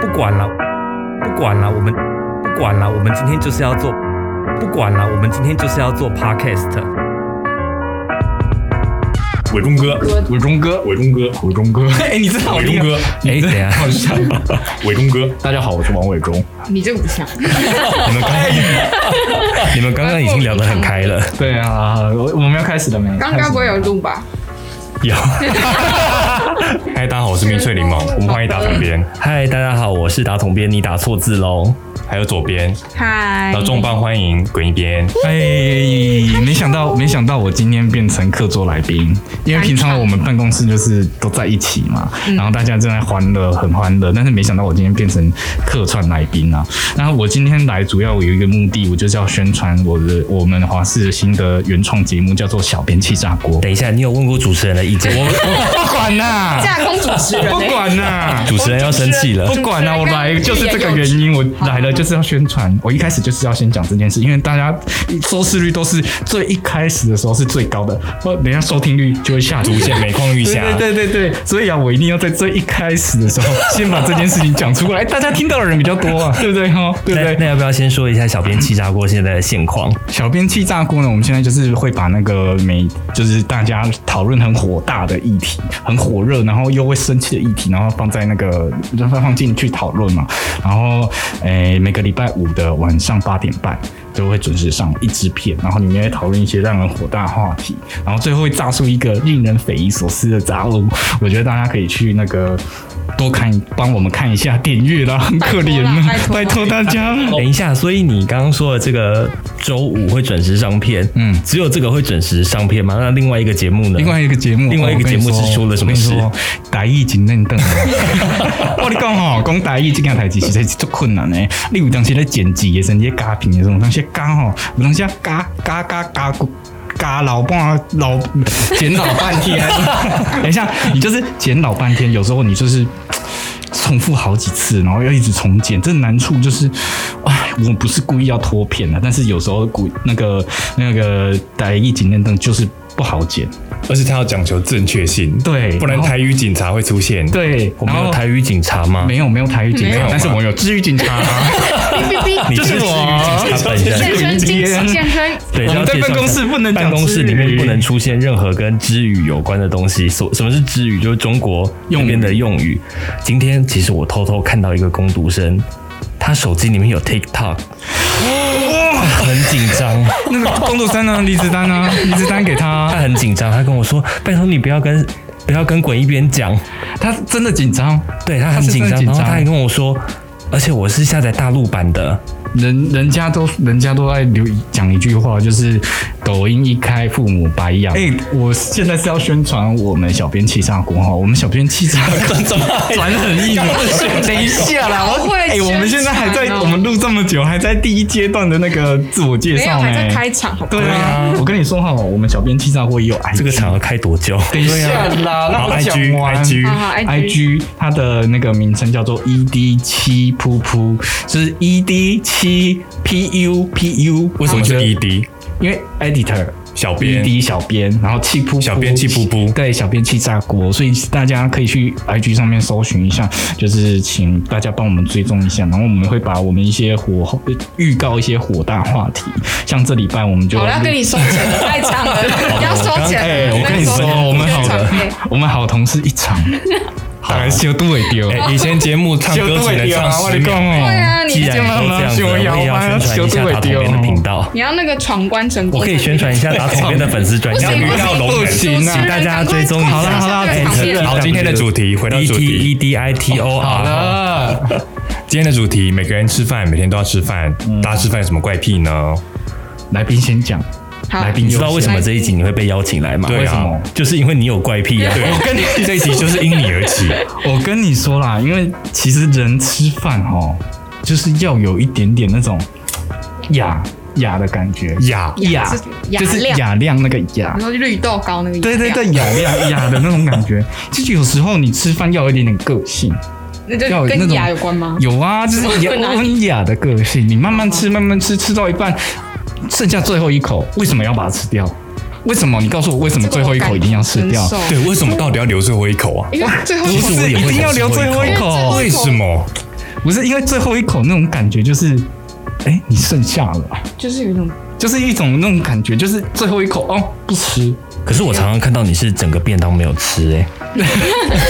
不管了，不管了，我们不管了，我们今天就是要做，不管了，我们今天就是要做 podcast。伟忠哥，伟忠哥，伟忠哥，伟忠哥， 哎，你真好伟忠忠哥哥，哎，等一下，好像。伟忠哥，大家好，我是王伟忠。你这个不像，你们刚刚你们刚刚已经聊得很开了，对啊，我我们要开始了没？刚刚不会有录吧？有。嗨，大家好，我是明翠柠 檬，我们欢迎打旁边，嗨，大家好，我是打桶边，你打错字喽。还有左边，嗨然后，重磅欢迎滚一边。 哎，没想到，没想到我今天变成客座来宾，因为平常我们办公室就是都在一起嘛，然后大家正在欢乐，很欢乐，但是没想到我今天变成客串来宾啊。然后我今天来主要有一个目的，我就是要宣传我的我们华视的新的原创节目，叫做《小编气炸锅》。等一下，你有问过主持人的意见？ 不管啦、架空主持人、不欸，管啦、主持人要生气了。不管了、我来就是这个原主持因，我好来了就是要宣传。我一开始就是要先讲这件事，因为大家收视率都是最一开始的时候是最高的，我等一下收听率就会下逐逐渐每况 愈下，对对对对，所以啊，我一定要在最一开始的时候先把这件事情讲出来，大家听到的人比较多啊，对不对哈？对不那对？那要不要先说一下小编气炸锅现在的现况？小编气炸锅呢，我们现在就是会把那个每就是大家讨论很火大的议题，很火热，然后又会生气的议题，然后放在那个放放进去讨论嘛。然后诶、每个礼拜五的晚上八点半都会准时上一支片，然后里面会讨论一些让人火大的话题，然后最后会炸出一个令人匪夷所思的杂物。我觉得大家可以去那个。多看，帮我们看一下点阅啦，很可怜啊拜托啦拜拜托托大家。等一下，所以你刚刚说的这个周五会准时上片，嗯嗯，只有这个会准时上片吗？那另外一个节目呢？另外一个节目，另外一个节目是出了什么事我跟你说台语真认真。 我跟你讲吼，讲台语这件代志实在是足困难的。你有当时咧剪辑的时候，你咧加片的时候，有当时加吼，有当时啊加加加加加老半老剪老半天。 等一下，你就是剪老半天，有时候你就是。重复好几次，然后要一直重剪，这难处就是，哎，我不是故意要拖片的，啊但是有时候故那个那个台语剪练灯就是不好剪，而且他要讲求正确性，对不然然后台语警察会出现。对，我们然有后台语警察吗？没啊有没有台语警没察有，但是我有治愈警察。啊 你就是这我警察本身。健 身惊喜，健身对，我们在要介绍办公室一下不能讲办公室知里语面不能出现任何跟知语有关的东西。所什么是知语？就是中国那边的用语。今天其实我偷偷看到一个攻读生，他手机里面有 TikTok，很紧张，那个公主山啊呢？李子丹 呢？李子丹给他他，很紧张，他跟我说：“拜托你不要跟不要跟滚一边讲。他真的紧张，”对他很紧他是真张，的紧张然后他还跟我说。而且我是下载大陆版的，人人家都人家都在留讲一句话，就是抖音一开，父母白养。哎，我现在是要宣传我们小编气炸锅哈，我们小编气炸锅怎么 转很硬？等一 下啦，好我会哎，我们现在还在宣传哦我们录这么久，还在第一阶段的那个自我介没有绍还在呢。开场，好不好对啊，我跟你说哈，我们小编气炸锅也有 IG 这个场要开 多久？等一下啊啦，让我讲完。 IG 好好 IG IG 它的那个名称叫做 ED 七噗噗，就是 ED 七 PU PU。为什么是我觉得 ED 因为 editor 小编 ED 小编，然后气噗噗小编气噗噗对，小编气炸锅。所以大家可以去 IG 上面搜寻一下，就是请大家帮我们追踪一下，然后我们会把我们一些火预告一些火大话题，像这礼拜我们就好了，要跟你收钱了，太长了，要收钱哎、了。我跟你说，我们好的的，我们好同事一 场，当然修都会丢，哎，以前节目唱歌只能唱啊我十跟你秒讲，哦，对啊，既你然都这样子，我也要宣传一下打桶边的频道。你要那个闯关成功，我可以宣传一下打桶边的粉丝专不项，行不要行龙不人行主持啊人！大家追踪一下。好了好了哎好了好今天的主题回到主 E 题 T E D I T O R。好了，今天的主题，每个人吃饭，每天都要吃饭，嗯大家吃饭有什么怪癖 呢？来宾先讲，好来宾你知道为什么这一集你会被邀请来吗？对啊为什么？就是因为你有怪癖啊。对，我跟你这一集就是因你而起，我跟你说啦，因为其实人吃饭哦，就是要有一点点那种雅雅的感觉，呀，雅是雅就是量雅量那个雅你。说绿豆糕那个，对对，对，雅量雅的那种感觉， 就是有时候你吃饭要有一点点个性，那就跟雅有关 吗？有啊，就是雅什么哪里温雅的个性，你慢慢吃，慢慢吃，吃到一半，剩下最后一口，为什么要把它吃掉？为什么？你告诉我为什么嗯最后一口一定要吃嗯掉？对，为什么到底要留最后一口啊？因为最后不一口 是一定要留最后一口，因为为什么？不是因为最后一口那种感觉就是，哎、你剩下了，就是有一种就是一种那种感觉，就是最后一口哦不吃，可是我常常看到你是整个便当没有吃、 欸，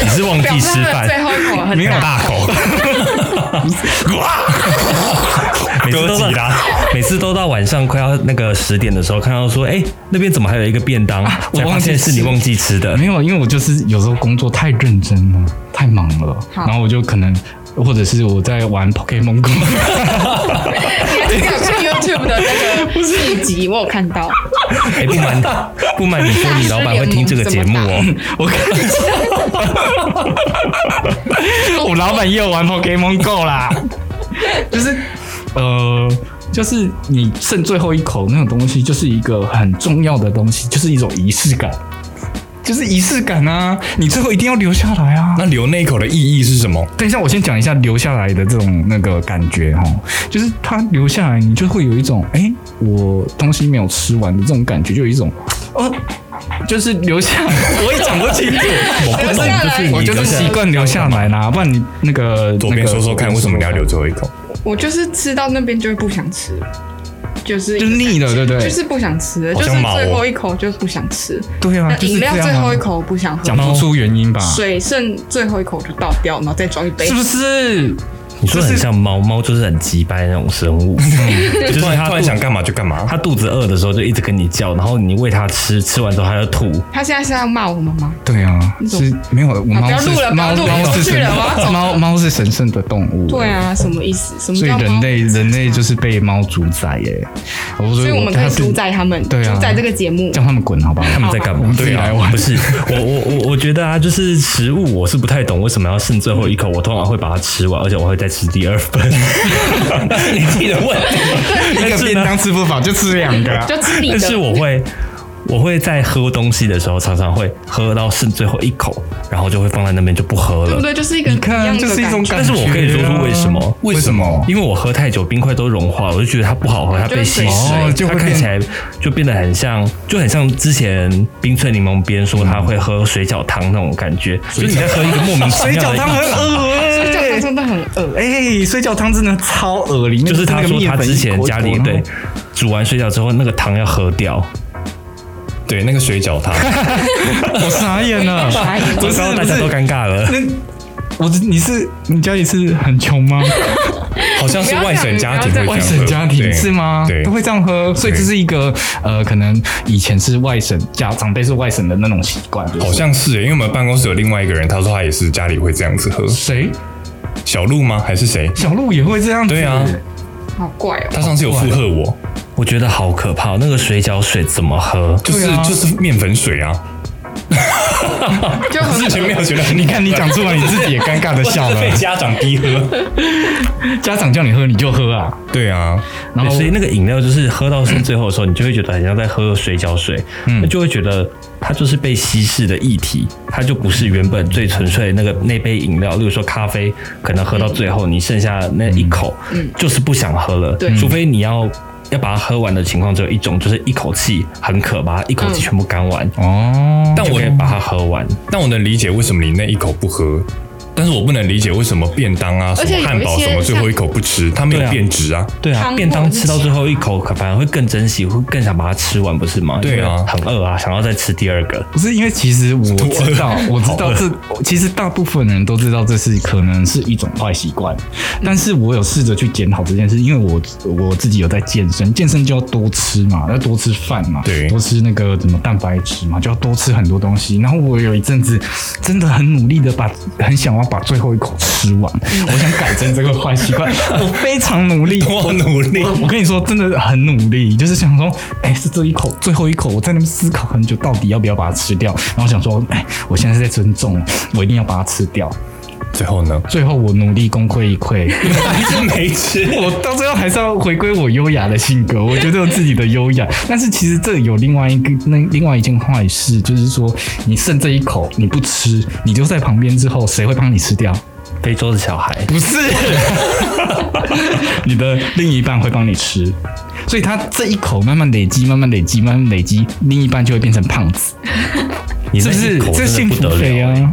你是忘表记示吃他的饭，最后一口很大大 口， 每 次都哥吉到每次都到晚上快要那个十点的时候，看到说，哎、那边怎么还有一个便当？啊才我忘发记现是你吃忘记吃的没。有，因为我就是有时候工作太认真了，太忙了，好然后我就可能或者是我在玩 Pokemon Go，你有看 YouTube 的那个剧集，我有看到。哎、不 瞒不瞒你说，你老板会听这个节目哦。 我看我老板也有玩 Pokemon Go 啦，就是呃，就是你剩最后一口那种东西，就是一个很重要的东西，就是一种仪式感，就是仪式感啊，你最后一定要留下来啊。 那留那一口的意义是什么？等一下，我先讲一下留下来的这种那个感觉哈，就是它留下来，你就会有一种哎、诶我东西没有吃完的这种感觉，就有一种哦，就是留下来。我也讲不清楚，我不留懂，下来就是我你就是留下习来惯留下来啦，不然你那个左边那个说说看，为什么你要留最后一口？我就是吃到那边就会不想吃，就是就是腻了，对不对？就是不想吃了，好就是像毛哦最后一口就不想吃。对啊那，就是饮这料样啊最后一口不想喝讲，不出原因吧？水剩最后一口就倒掉，然后再装一杯是。不是？你说很像猫，猫就是很急掰那种 生物，就是突然它突肚然想子干嘛就干嘛。它肚子饿的时候就一直跟你叫，然后你喂它吃，吃完之后它就吐。他现在是要骂我们吗？对啊，你怎是么没有我啊猫不是要录了猫不要录了猫是我去神了我要走猫猫是神圣的动物，对，啊，什么意思？什么所以叫猫人类人类就是被猫主宰耶，我所以我们可以主宰他们，对啊主宰这个节目叫。他们滚好不好？他们在干嘛？哦自己对啊来玩不是我我我我觉得啊，就是食物我是不太懂为什么要剩最后一口，我通常会把它吃完，而且我会再吃第 二份。那是你自己的问题，一个但是便呢，当吃不饱就吃两个啊，就吃你但的，是我会。我会在喝东西的时候，常常会喝到剩最后一口，然后就会放在那边就不喝对不了。对？就是一个你一样看的就是一种觉感觉啊。但是我可以说出为什么为什么因为我喝太久，冰块都融化，我就觉得它不好喝，它被稀释哦了，就会它看变起来就变得很像，就很像之前冰萃柠檬边说他会喝水饺汤那种感觉，就是你在喝一个莫名其水妙饺的汤很恶水饺汤欸，真的很恶哎，水饺汤真的超恶里面就是他那个说面他粉之前家一里坨一坨对煮完水饺之后那个汤要喝掉，对，那个水饺汤，我傻 眼了，傻眼不不知是 道大不家都是，尴尬了。那我你是你家里是很穷吗？好像是外省家庭会这样喝外省家庭对是吗？对都，会这样喝，所以这是一个呃，可能以前是外省家长辈是外省的那种习惯，好像是，因为我们办公室有另外一个人，他说他也是家里会这样子喝。谁小鹿吗？还是谁？小鹿也会这样子，对啊好怪哦。他上次有附和我，我觉得好可怕，那个水饺水怎么喝？就是对啊就是面粉水啊，就很之前没有觉得很 你看你讲出来，你自己也尴尬的笑 了。被家长逼喝。 家长叫你喝你就喝啊，对啊，然后对所以那个饮料就是喝到剩最后的时候，你就会觉得很像在喝水饺水，那就会觉得它就是被稀释的液体，它就不是原本最纯粹的那个那杯饮料。例如说咖啡，可能喝到最后你剩下那一口，就是不想喝了，对除非你要。要把它喝完的情况只有一种，就是一口气很渴，把它一口气全部干完，哦，但嗯但我我可以把它喝完。但我能理解为什么你那一口不喝，但是我不能理解为什么便当啊、而什且么汉堡有一些什么最后一口不吃，它没对有啊变质啊。对啊汤，便当或者是吃到最后一口，可反而会更珍惜，会更想把它吃完，不是吗？对啊因为很饿啊，想要再吃第二 个。不是因为其实我知道，我知道这其实大部分人都知道这是可能是一种坏习惯，但是我有试着去检讨这件事，因为我我自己有在健身，健身就要多吃嘛，要多吃饭嘛，对多吃那个什么蛋白质嘛，就要多吃很多东西。然后我有一阵子真的很努力的把很想要把最后一口吃完，我想改正这个坏习惯，我非常努力，多努力 我跟你说，真的很努力，就是想说，哎、是这一口，最后一口，我在那边思考很久，到底要不要把它吃掉。然后想说，哎、我现在是在尊重，我一定要把它吃掉。啊最后呢，最后我努力功亏一篑，还是没吃。我到最后还是要回归我优雅的性格，我觉得我自己的优雅。但是其实这有另外一个那另外一件坏事，就是说你剩这一口你不吃，你就在旁边之后，谁会帮你吃掉？非洲的小孩，不是， 你的另一半会帮你吃，所以他这一口慢慢累积，慢慢累积，慢慢累积，另一半就会变成胖子，你是那不是一口？这真幸的不福得肥了。啊！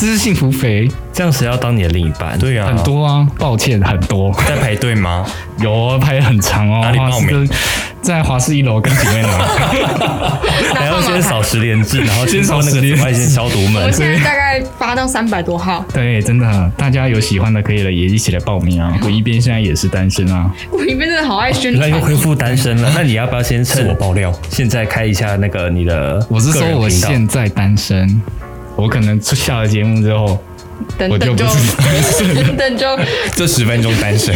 这是幸福肥，这样谁要当你的另一半？对啊，很多啊，抱歉，很多。在排队吗？有啊，拍得很长哦，哪里华报师名的在华师一楼跟警卫拿， 还要先扫十连制，然后先扫过那个十连紫外线制消毒我门。现在大概发到三百多号，对，真的，大家有喜欢的可以了，也一起来报名啊！我一边现在也是单身啊，我里面真的好爱宣那传又。恢复单身 了，那你要不要先趁自我爆料？现在开一下那个你的我是个说人我频道现在单身，我可能出下了节目之后，等我等就不就是单身。 等等就这十分钟单身，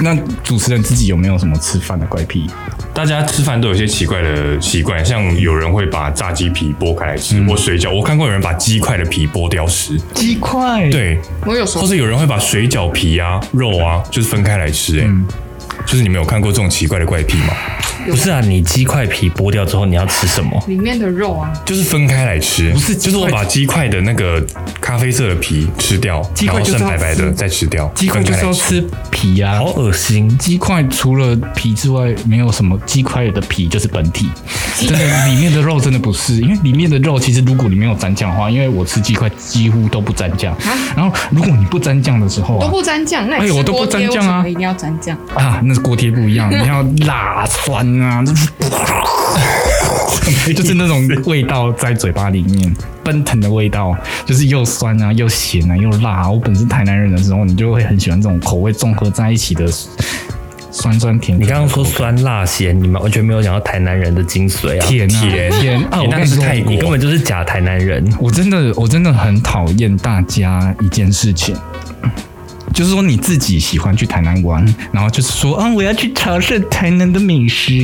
那主持人自己有没有什么吃饭的怪癖？ 大家吃饭都有一些奇怪的习惯，像有人会把炸鸡皮剥开来吃，或水饺。我看过有人把鸡块的皮剥掉吃，鸡块，对，我有说或是有人会把水饺皮啊、肉啊，就是分开来吃、欸。就是你们有看过这种奇怪的怪癖吗？不是啊，你鸡块皮剥掉之后你要吃什么？里面的肉啊，就是分开来吃，不是，就是我把鸡块的那个咖啡色的皮吃掉，鸡块然后就是剩要白白的吃再吃掉，鸡块就是分要开来吃皮啊好。恶心！鸡块除了皮之外，没有什么鸡块的皮就是本体，真的里面的肉真的不是，因为里面的肉其实如果你没有蘸酱的话，因为我吃鸡块几乎都不蘸酱，然后如果你不沾酱的时候都啊不沾酱，那哎你呦我吃都不锅贴沾为酱什啊么一定要沾酱？啊，那锅贴不一样，你要辣酸啊， 就是就是那种味道在嘴巴里面奔腾的味道，就是又酸啊又咸啊又辣、我本是台南人的时候，你就会很喜欢这种口味综合在一起的酸酸甜甜的你刚刚说酸辣咸，你们完全没有讲到台南人的精髓啊！甜啊甜甜啊！我那跟你个是说，泰国你根本哎就是假台南人。我真的我真的很讨厌大家一件事情。就是说你自己喜欢去台南玩，然后就是说啊，我要去尝试台南的美食，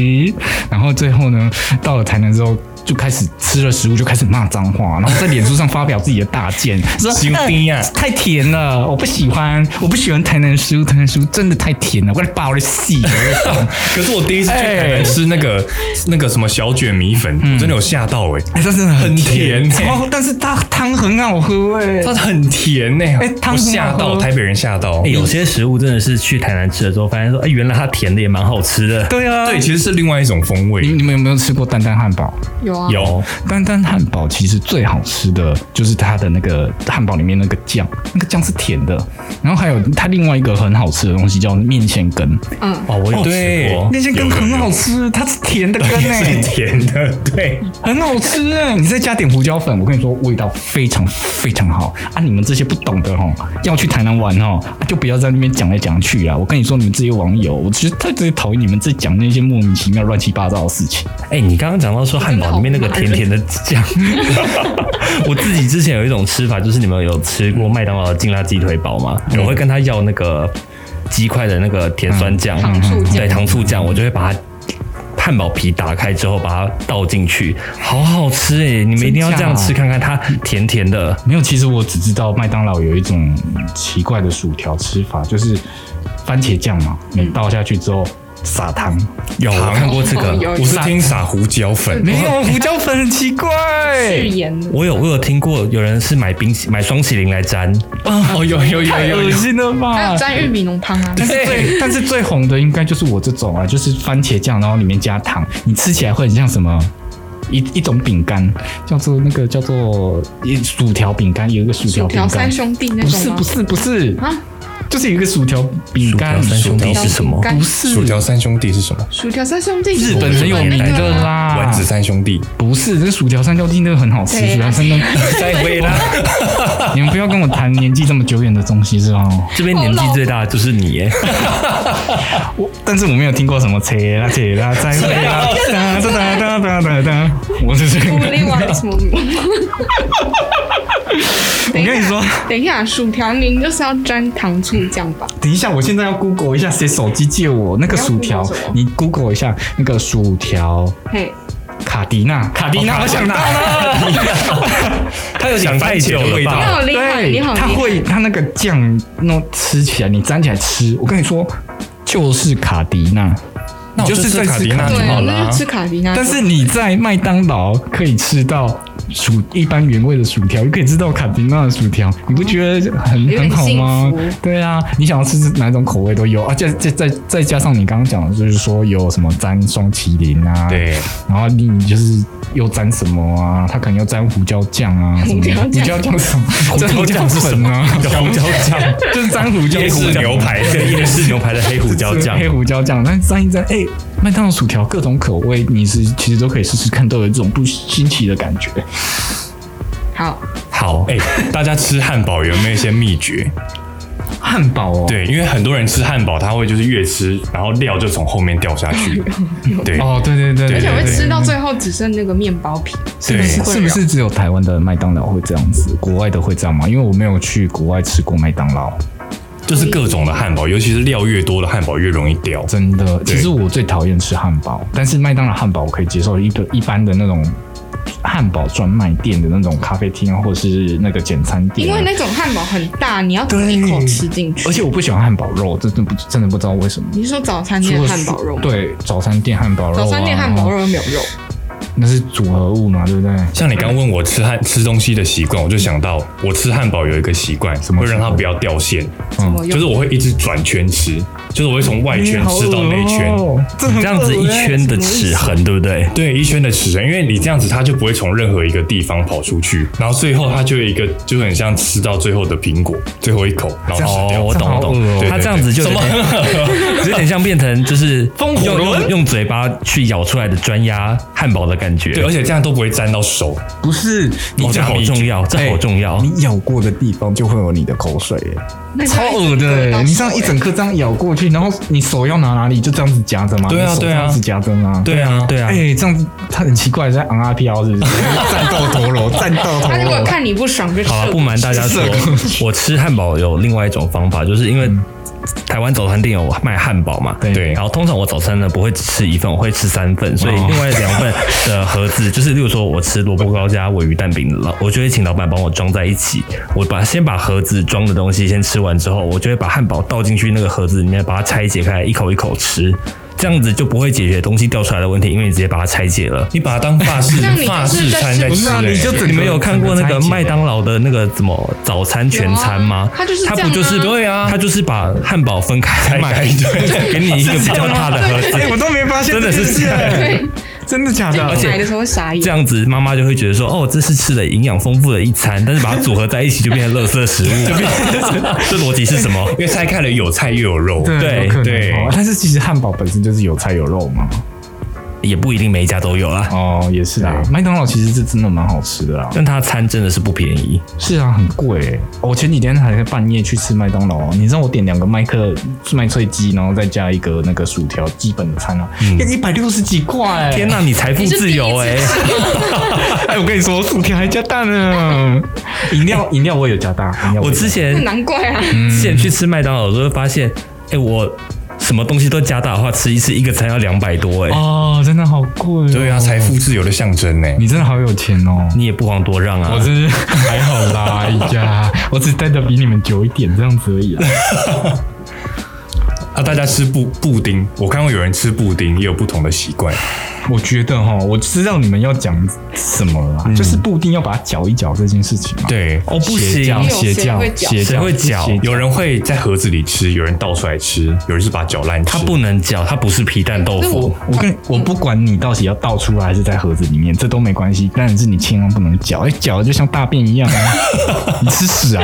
然后最后呢，到了台南之后就开始吃了食物就开始骂脏话，然后在脸书上发表自己的大 见，说吃呃冰啊太甜了，我不喜欢，我不喜欢台南的食物，台南食物真的太甜了，我来爆了戏，我要爆可是我第一次去哎嗯台南吃那个、那个什么小卷米粉，我真的有吓到哎、哎，这真的很很甜欸哦，但是它汤很好喝哎、它很甜呢、哎汤我很好吓到喝台北人吓到。哎、有些食物真的是去台南吃了之后，发现说，哎、原来它甜的也蛮好吃的。对啊，对，其实是另外一种风你味。你们有没有吃过丹丹汉堡？有啊，有丹丹汉堡其实最好吃的就是它的那个汉堡里面那个酱，那个酱是甜的。然后还有它另外一个很好吃的东西叫面线羹，嗯，哦，我有吃对过。面线羹很好吃，它是甜的羹哎、是甜的，对，很好吃哎、你再加点胡椒粉，我跟你说味道非常非常好啊！你们这些不懂的哦，要去台南玩哦，啊就不要在那边讲来讲去啊！我跟你说，你们这些网友，我觉得特别讨厌你们在讲那些莫名其妙、乱七八糟的事情。哎、你刚刚讲到说汉堡里面那个甜甜的 酱，我自己之前有一种吃法，就是你们有吃过麦当劳的劲辣鸡腿堡吗？我会跟他要那个鸡块的那个甜酸酱、糖醋酱对糖醋酱，我就会把它。汉堡皮打开之后，把它倒进去，好好吃哎、你们一定要这样吃看看，它甜甜的。没有，其实我只知道麦当劳有一种奇怪的薯条吃法，就是番茄酱嘛，你倒下去之后撒糖，有我看过这哦有个，我是听撒胡椒粉，没有胡椒粉很奇怪，是盐的，我有我有听过有人是买冰淇买双麒麟来沾，哦，有有有太有恶有，心了吧？ 还有沾玉米浓汤啊，但是最但是最红的应该就是我这种啊，就是番茄酱，然后里面加糖，你吃起来会很像什么？一一种饼干叫做那个叫做一薯条饼干，有一个薯条薯饼条干三，兄弟那不是种吗不？是不是，啊，就是有一个薯条饼干，薯条三兄弟薯条是什么饼？干不是薯条三兄弟是什么？薯条三兄弟，日本很有名那啊个的啊，啦，丸子三兄弟，不是，这薯条三兄弟那个很好吃，对啊薯条 三兄弟，再会啦！你们不要跟我谈年纪这么久远的东西是吧？ 这边年纪最大的就是你耶、我但是我没有听过什么切啦切啦再会啦哒哒哒哒哒哒，我就是布利瓦什么？我跟你说， 等一下，薯条您就是要沾糖醋酱吧？等一下，我现在要 Google 一下，谁手机借我那个薯条你要 Google 什么？你 Google 一下那个薯条嘿，卡迪娜，哦卡迪娜，我想到了，他有点太久了吧你？好厉害，你对好，厉它害，会它那个酱弄吃起来，你沾起来吃，我跟你说，就是卡迪娜。那我就就是吃在卡吃迪娜卡就对好啊，啦那就吃卡迪娜，但是你在麦当劳可以吃到薯一般原味的薯条，又可以吃到卡迪娜的薯条，你不觉得很有点很好吗幸福？对啊，你想要吃哪种口味都有啊，再再再再加上你刚刚讲的，就是说有什么沾双麒麟啊，，对，然后你就是又沾什么啊？他可能又沾胡椒酱啊，什么的胡胡椒椒酱酱什么？胡椒沾胡椒酱是什粉么啊？胡椒酱，就是沾胡椒夜粉市牛排，对，夜市牛排的黑胡椒酱 黑，胡椒酱，但沾一沾，哎、麦当劳薯条各种口味，你是其实都可以试试看，都有一种不新奇的感觉。好，好，哎，大家吃汉堡有没有一些秘诀？汉堡哦，对，因为很多人吃汉堡，他会就是越吃，然后料就从后面掉下去。 对，哦，对对对，而而且对会对吃到最后只剩那个面包皮，是不是对是不是只有台湾的麦当劳会这样子，国外的会这样吗？因为我没有去国外吃过麦当劳，就是各种的汉堡，尤其是料越多的汉堡越容易掉。真的。对其实我最讨厌吃汉堡，但是麦当劳汉堡我可以接受，一个一般的那种汉堡专卖店的那种咖啡厅啊或者是那个简餐店啊，因为那种汉堡很大，你要一口吃进去。而且我不喜欢汉堡肉，真的不真的不知道为什么。你是说早餐除店了汉堡肉吗，对，早餐店汉堡肉、啊，早餐店汉堡肉又没有肉，那是组合物嘛，对不对？像你刚问我吃汉吃东西的习惯，我就想到我吃汉堡有一个习惯，么会让它习惯不要掉线，怎么就是用？我会一直转圈吃，就是我会从外圈吃到内圈。嗯哦这样子一圈的齿痕，对不对？对一圈的齿轮，因为你这样子，它就不会从任何一个地方跑出去，然后最后它就有一个，就很像吃到最后的苹果，最后一口，然后吃哦掉。，我懂这样我好恶哦懂，对它这样子就有对对点 有点像变成就是风火用轮用用嘴巴去咬出来的砖压汉堡的感觉，对，而且这样都不会沾到手。不是哦，这好重要，这好重要。哎你咬过的地方就会有你的口水耶，那超恶的耶！你这样一整颗这样咬过去，然后你手要拿哪里就这样子夹着吗？对啊你手对啊这样子夹着吗？。对啊，对啊，哎、这样子他很奇怪，在昂阿飘是不是？ 战斗陀螺，战斗陀他如果螺。看你不爽就好了，射不瞒大家说，我吃汉堡有另外一种方法，就是因为嗯台湾早餐店有卖汉堡嘛，对然后通常我早餐呢不会只吃一份，我会吃三份，所以哦另外两份的盒子，就是例如说我吃萝卜糕加尾鱼蛋饼，老我就会请老板帮我装在一起。我把先把盒子装的东西先吃完之后，我就会把汉堡倒进去那个盒子里面，把它拆解开来，一口一口吃。这样子就不会解决东西掉出来的问题，因为你直接把它拆解了。你把它当法 式这样你就是法式餐在在吃不吃、是啊，欸，你就整个你们有看过那整个拆解麦当劳的那个什么早餐全餐吗有啊？它就是它这样啊不就是对啊，它就是把汉堡分开买，对， 给你一个比较大的盒子哎、。我都没发现真的是这件事对，真的假的？就你买的时候会傻眼这。样子，妈妈就会觉得说，哦，这是吃了营养丰富的一餐，但是把它组合在一起就变成垃圾食物，就变成 这逻辑是什么？因为拆开了有菜又有肉。对有可能对哦但是其实汉堡本身就是有菜有肉嘛。也不一定每一家都有啦。哦，也是啊，麦当劳其实是真的蛮好吃的啦。但它餐真的是不便宜，是啊，很贵、欸。我前几天还半夜去吃麦当劳、啊你知道我点两个麦克麦脆鸡，然后再加一个那个薯条，基本的餐啊，一百六十几块、天！哪，你财富自由哎、哎，我跟你说，薯条还加蛋呢。 饮料饮料我有加大，饮料我有之那前难怪啊，之前去吃麦当劳，我就会发现，哎、我什么东西都加大的话，吃一次一个餐要两百多哎、哦，真的好贵、哦。对啊，财富自由的象征呢、你真的好有钱哦。你也不遑多让啊。我真是还好啦，哎呀，我只待的比你们久一点这样子而已啊。啊，大家吃布布丁，我看过有人吃布丁，也有不同的习惯。我觉得哈，我知道你们要讲什么了啦，就是布丁要把它搅一搅这件事情嘛。对，哦，不邪行教，没有邪谁教会，搅邪谁教会是搅邪教有人会在盒子里吃，有人倒出来吃，有人是把它搅烂吃。它不能搅，它不是皮蛋豆可是腐我。我跟我不管你到底要倒出来还是在盒子里面，这都没关系。但是你千万不能搅，哎、搅就像大便一样、啊， 你吃屎啊！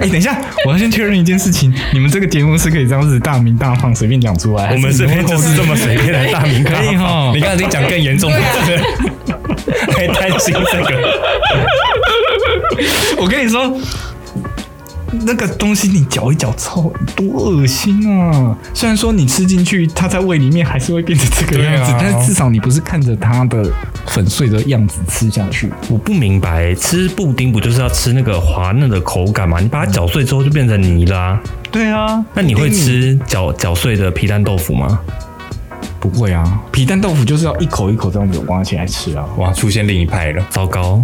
哎、等一下，我要先确认一件事情：你们这个节目是可以这样子大名大放随便讲出来，我们这边就是这么随便来大名啊还是你们堂。会后悔可以哈啊你刚才已经讲更严重的，还担心这个？ 我跟你说，那个东西你嚼一嚼，臭，多恶心啊！虽然说你吃进去，它在胃里面还是会变成这个样子，对啊但是至少你不是看着它的粉碎的样子吃下去。我不明白，吃布丁不就是要吃那个滑嫩的口感吗？你把它搅碎之后就变成泥啦、对啊，那你会吃搅搅碎的皮蛋豆腐吗？不会啊？皮蛋豆腐就是要一口一口这样子挖起来吃啊。哇，出现另一派了。糟糕，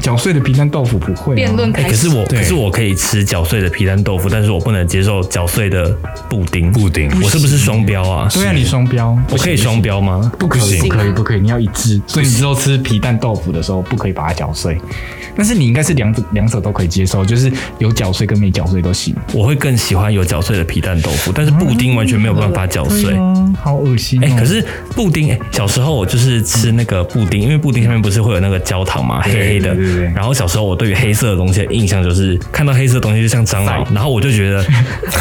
搅碎的皮蛋豆腐不会、啊。辩论哎、开可是始。我对可是我可以吃搅碎的皮蛋豆腐，但是我不能接受搅碎的布丁。布丁我是不是双标啊？对啊，你双标，我可以双标吗？不可以，不不行可以，不可以，你要一致。所以你之后吃皮蛋豆腐的时候，不可以把它搅碎。但是你应该是两者两者都可以接受，就是有搅碎跟没搅碎都行。我会更喜欢有搅碎的皮蛋豆腐，但是布丁完全没有办法搅碎。嗯，好恶心、哦。哎、可是布丁、哎小时候我就是吃那个布丁，因为布丁上面不是会有那个焦糖嘛，黑黑的。对对对然后小时候我对于黑色的东西的印象就是看到黑色的东西就像 蟑螂，然后我就觉得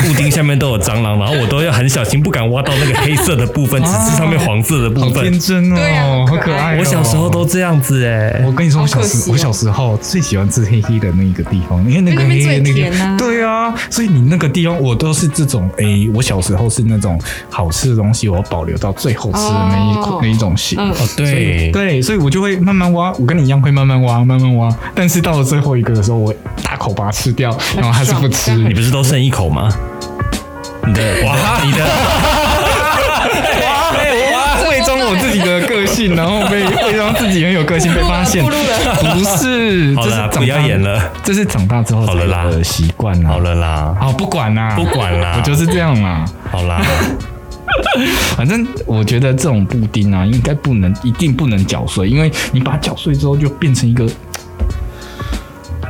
布丁下面都有蟑螂，然后我都要很小心，不敢挖到那个黑色的部 啊分，只吃上面黄色的部好天分。真哦，对啊好好可可爱、爱哦。我小时候都这样子哎、我跟你说，我好可小惜时哦我小时候最喜欢吃黑黑的那个地方，因为那个黑黑的那因为那边最甜个，啊对啊，所以你那个地方我都是这种，诶，我小时候是那种好吃的东西，我要保留到最后吃的那一口、哦那一种型。嗯哦，对，对，所以我就会慢慢挖，我跟你一样会慢慢挖，慢慢挖。但是到了最后一个的时候，我大口把它吃掉，然后它是不吃。 你不是都剩一口吗？你的哇，你的哇，啊伪装我自己的个性，然后被 伪装自己很有个性被发现，暴露了不是， 好这了是长大不要演了，这是长大之后好了啦才有的习惯啦好，了啦，好不管啦，不管啦 我就是这样啦。好啦，反正我觉得这种布丁啊，应该不能，一定不能搅碎，因为你把它搅碎之后就变成一个，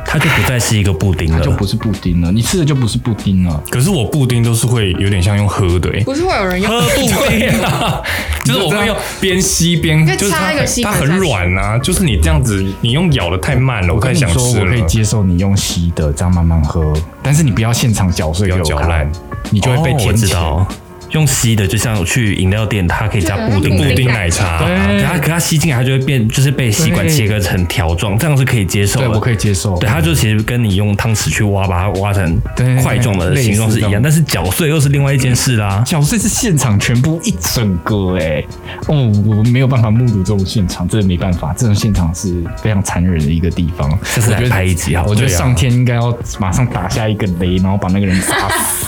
它就不再是一个布丁它就了不。是布丁了，你吃的就不是布丁了。可是我布丁都是会有点像用喝的、欸，不是会有人用喝布丁 啊，就是我会用边吸边，就就是它插一个吸它管很下去软啊，就是你这样子，你用咬的太慢了，我我跟太你想说，吃我可以了。接受你用吸的这样慢慢喝，但是你不要现场搅碎给我不要看搅烂，你就会被哦我天知谴。道，用吸的，就像我去饮料店，它可以加布对啊丁的，布布丁丁奶奶茶，对啊，可它可它吸进来，它就会变，就是被吸管对切割成条状，这样是可以接受对，的。我可以接受。对，它就其实跟你用汤匙去挖，把它挖成对块状的形状是一类样似，但是搅碎又是另外一件事啦。小碎是现场全部一整个哎、哦，我没有办法目睹这种现场，真的没办法，这种现场是非常残忍的一个地方。下次来我觉得拍一集好了我觉得对啊上天应该要马上打下一个雷，然后把那个人杀死。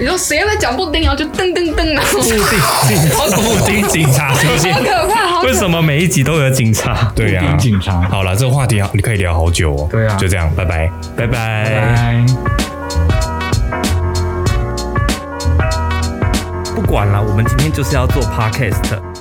你说谁在讲布丁，然后就噔噔噔，然后 布丁警察出现好，可怕，好可为什么每一集都有警察？对呀、布丁警察好了，这个话题好你可以聊好久哦。对啊就这样，拜拜。拜 拜。拜。不管了，我们今天就是要做 podcast。